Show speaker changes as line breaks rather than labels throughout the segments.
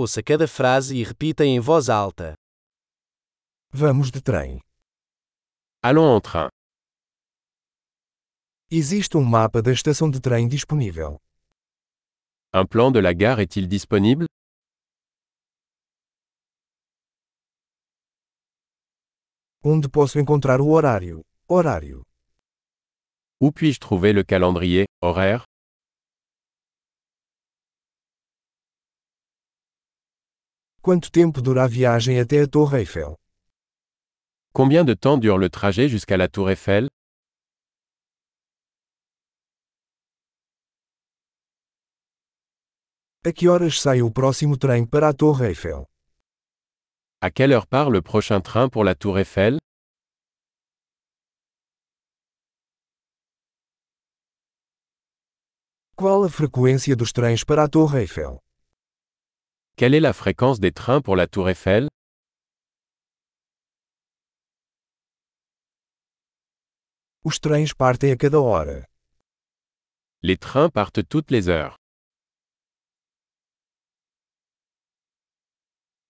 Ouça cada frase e repita em voz alta.
Vamos de trem.
Allons en train.
Existe um mapa da estação de trem disponível.
Un plan de la gare est-il disponible
Onde posso encontrar o horário? Horário.
Où puis-je trouver le calendrier, horaire
Quanto tempo dura a viagem até a Torre Eiffel?
Combien de temps dure le trajet jusqu'à la tour Eiffel
A que horas sai o próximo trem para a Torre Eiffel?
À quelle heure part le prochain train pour la tour Eiffel
Qual a frequência dos trens para a Torre Eiffel?
Quelle est la fréquence des trains pour la tour Eiffel
Os trens partem a cada hora.
Les trains partent toutes les heures.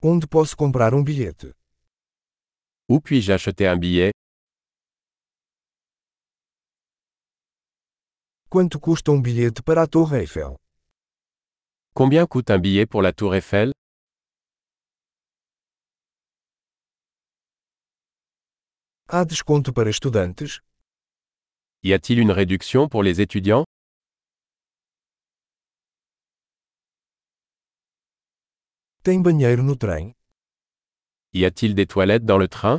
Onde posso comprar um bilhete?
Où puis-je acheter un billet
Quanto custa um bilhete para a Torre Eiffel?
Combien coûte un billet pour la tour Eiffel
Há desconto para estudantes?
Y a-t-il une réduction pour les étudiants
Tem banheiro no trem?
Y a-t-il des toilettes dans le train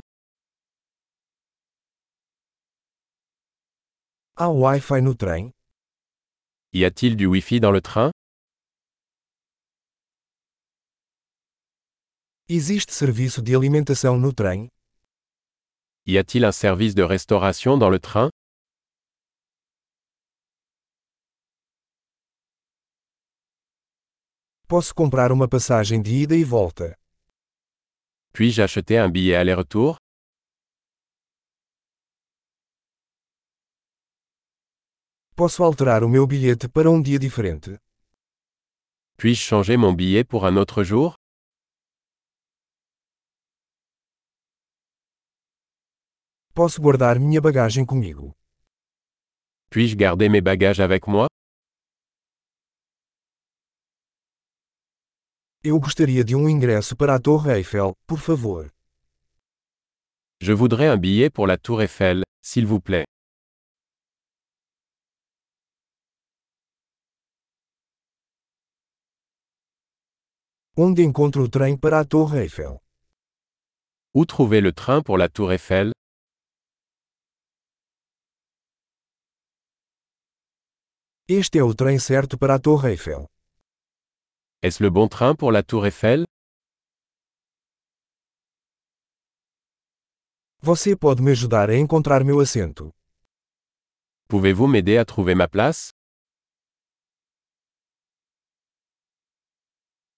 Há Wi-Fi no trem?
Y a-t-il du Wi-Fi dans le train
Existe serviço de alimentação no trem?
Y a-t-il un service de restauration dans le train
Posso comprar uma passagem de ida e volta?
Puis-je acheter un billet aller-retour
Posso alterar o meu bilhete para um dia diferente?
Puis-je changer mon billet pour un autre jour
Posso guardar minha bagagem comigo?
Puis-je garder mes bagages avec moi
Eu gostaria de um ingresso para a Torre Eiffel, por favor.
Je voudrais un billet pour la tour Eiffel, s'il vous plaît.
Onde encontro o trem para a Torre Eiffel?
Où trouver le train pour la tour Eiffel
Este é o trem certo para a Torre Eiffel.
Est-ce le bon train pour la tour Eiffel
Você pode me ajudar a encontrar meu assento.
Pouvez-vous m'aider à trouver ma place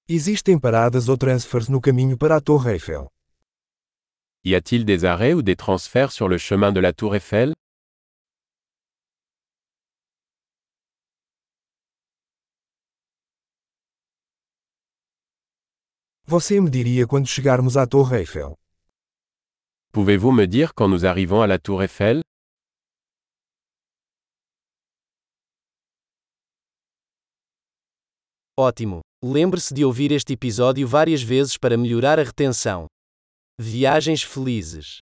Existem paradas ou transfers no caminho para a Torre Eiffel.
Y a-t-il des arrêts ou des transferts sur le chemin de la tour Eiffel
Você me diria quando chegarmos à Torre Eiffel.
Pouvez-vous me dire quand nous arrivons à la tour Eiffel
Ótimo! Lembre-se de ouvir este episódio várias vezes para melhorar a retenção. Viagens felizes!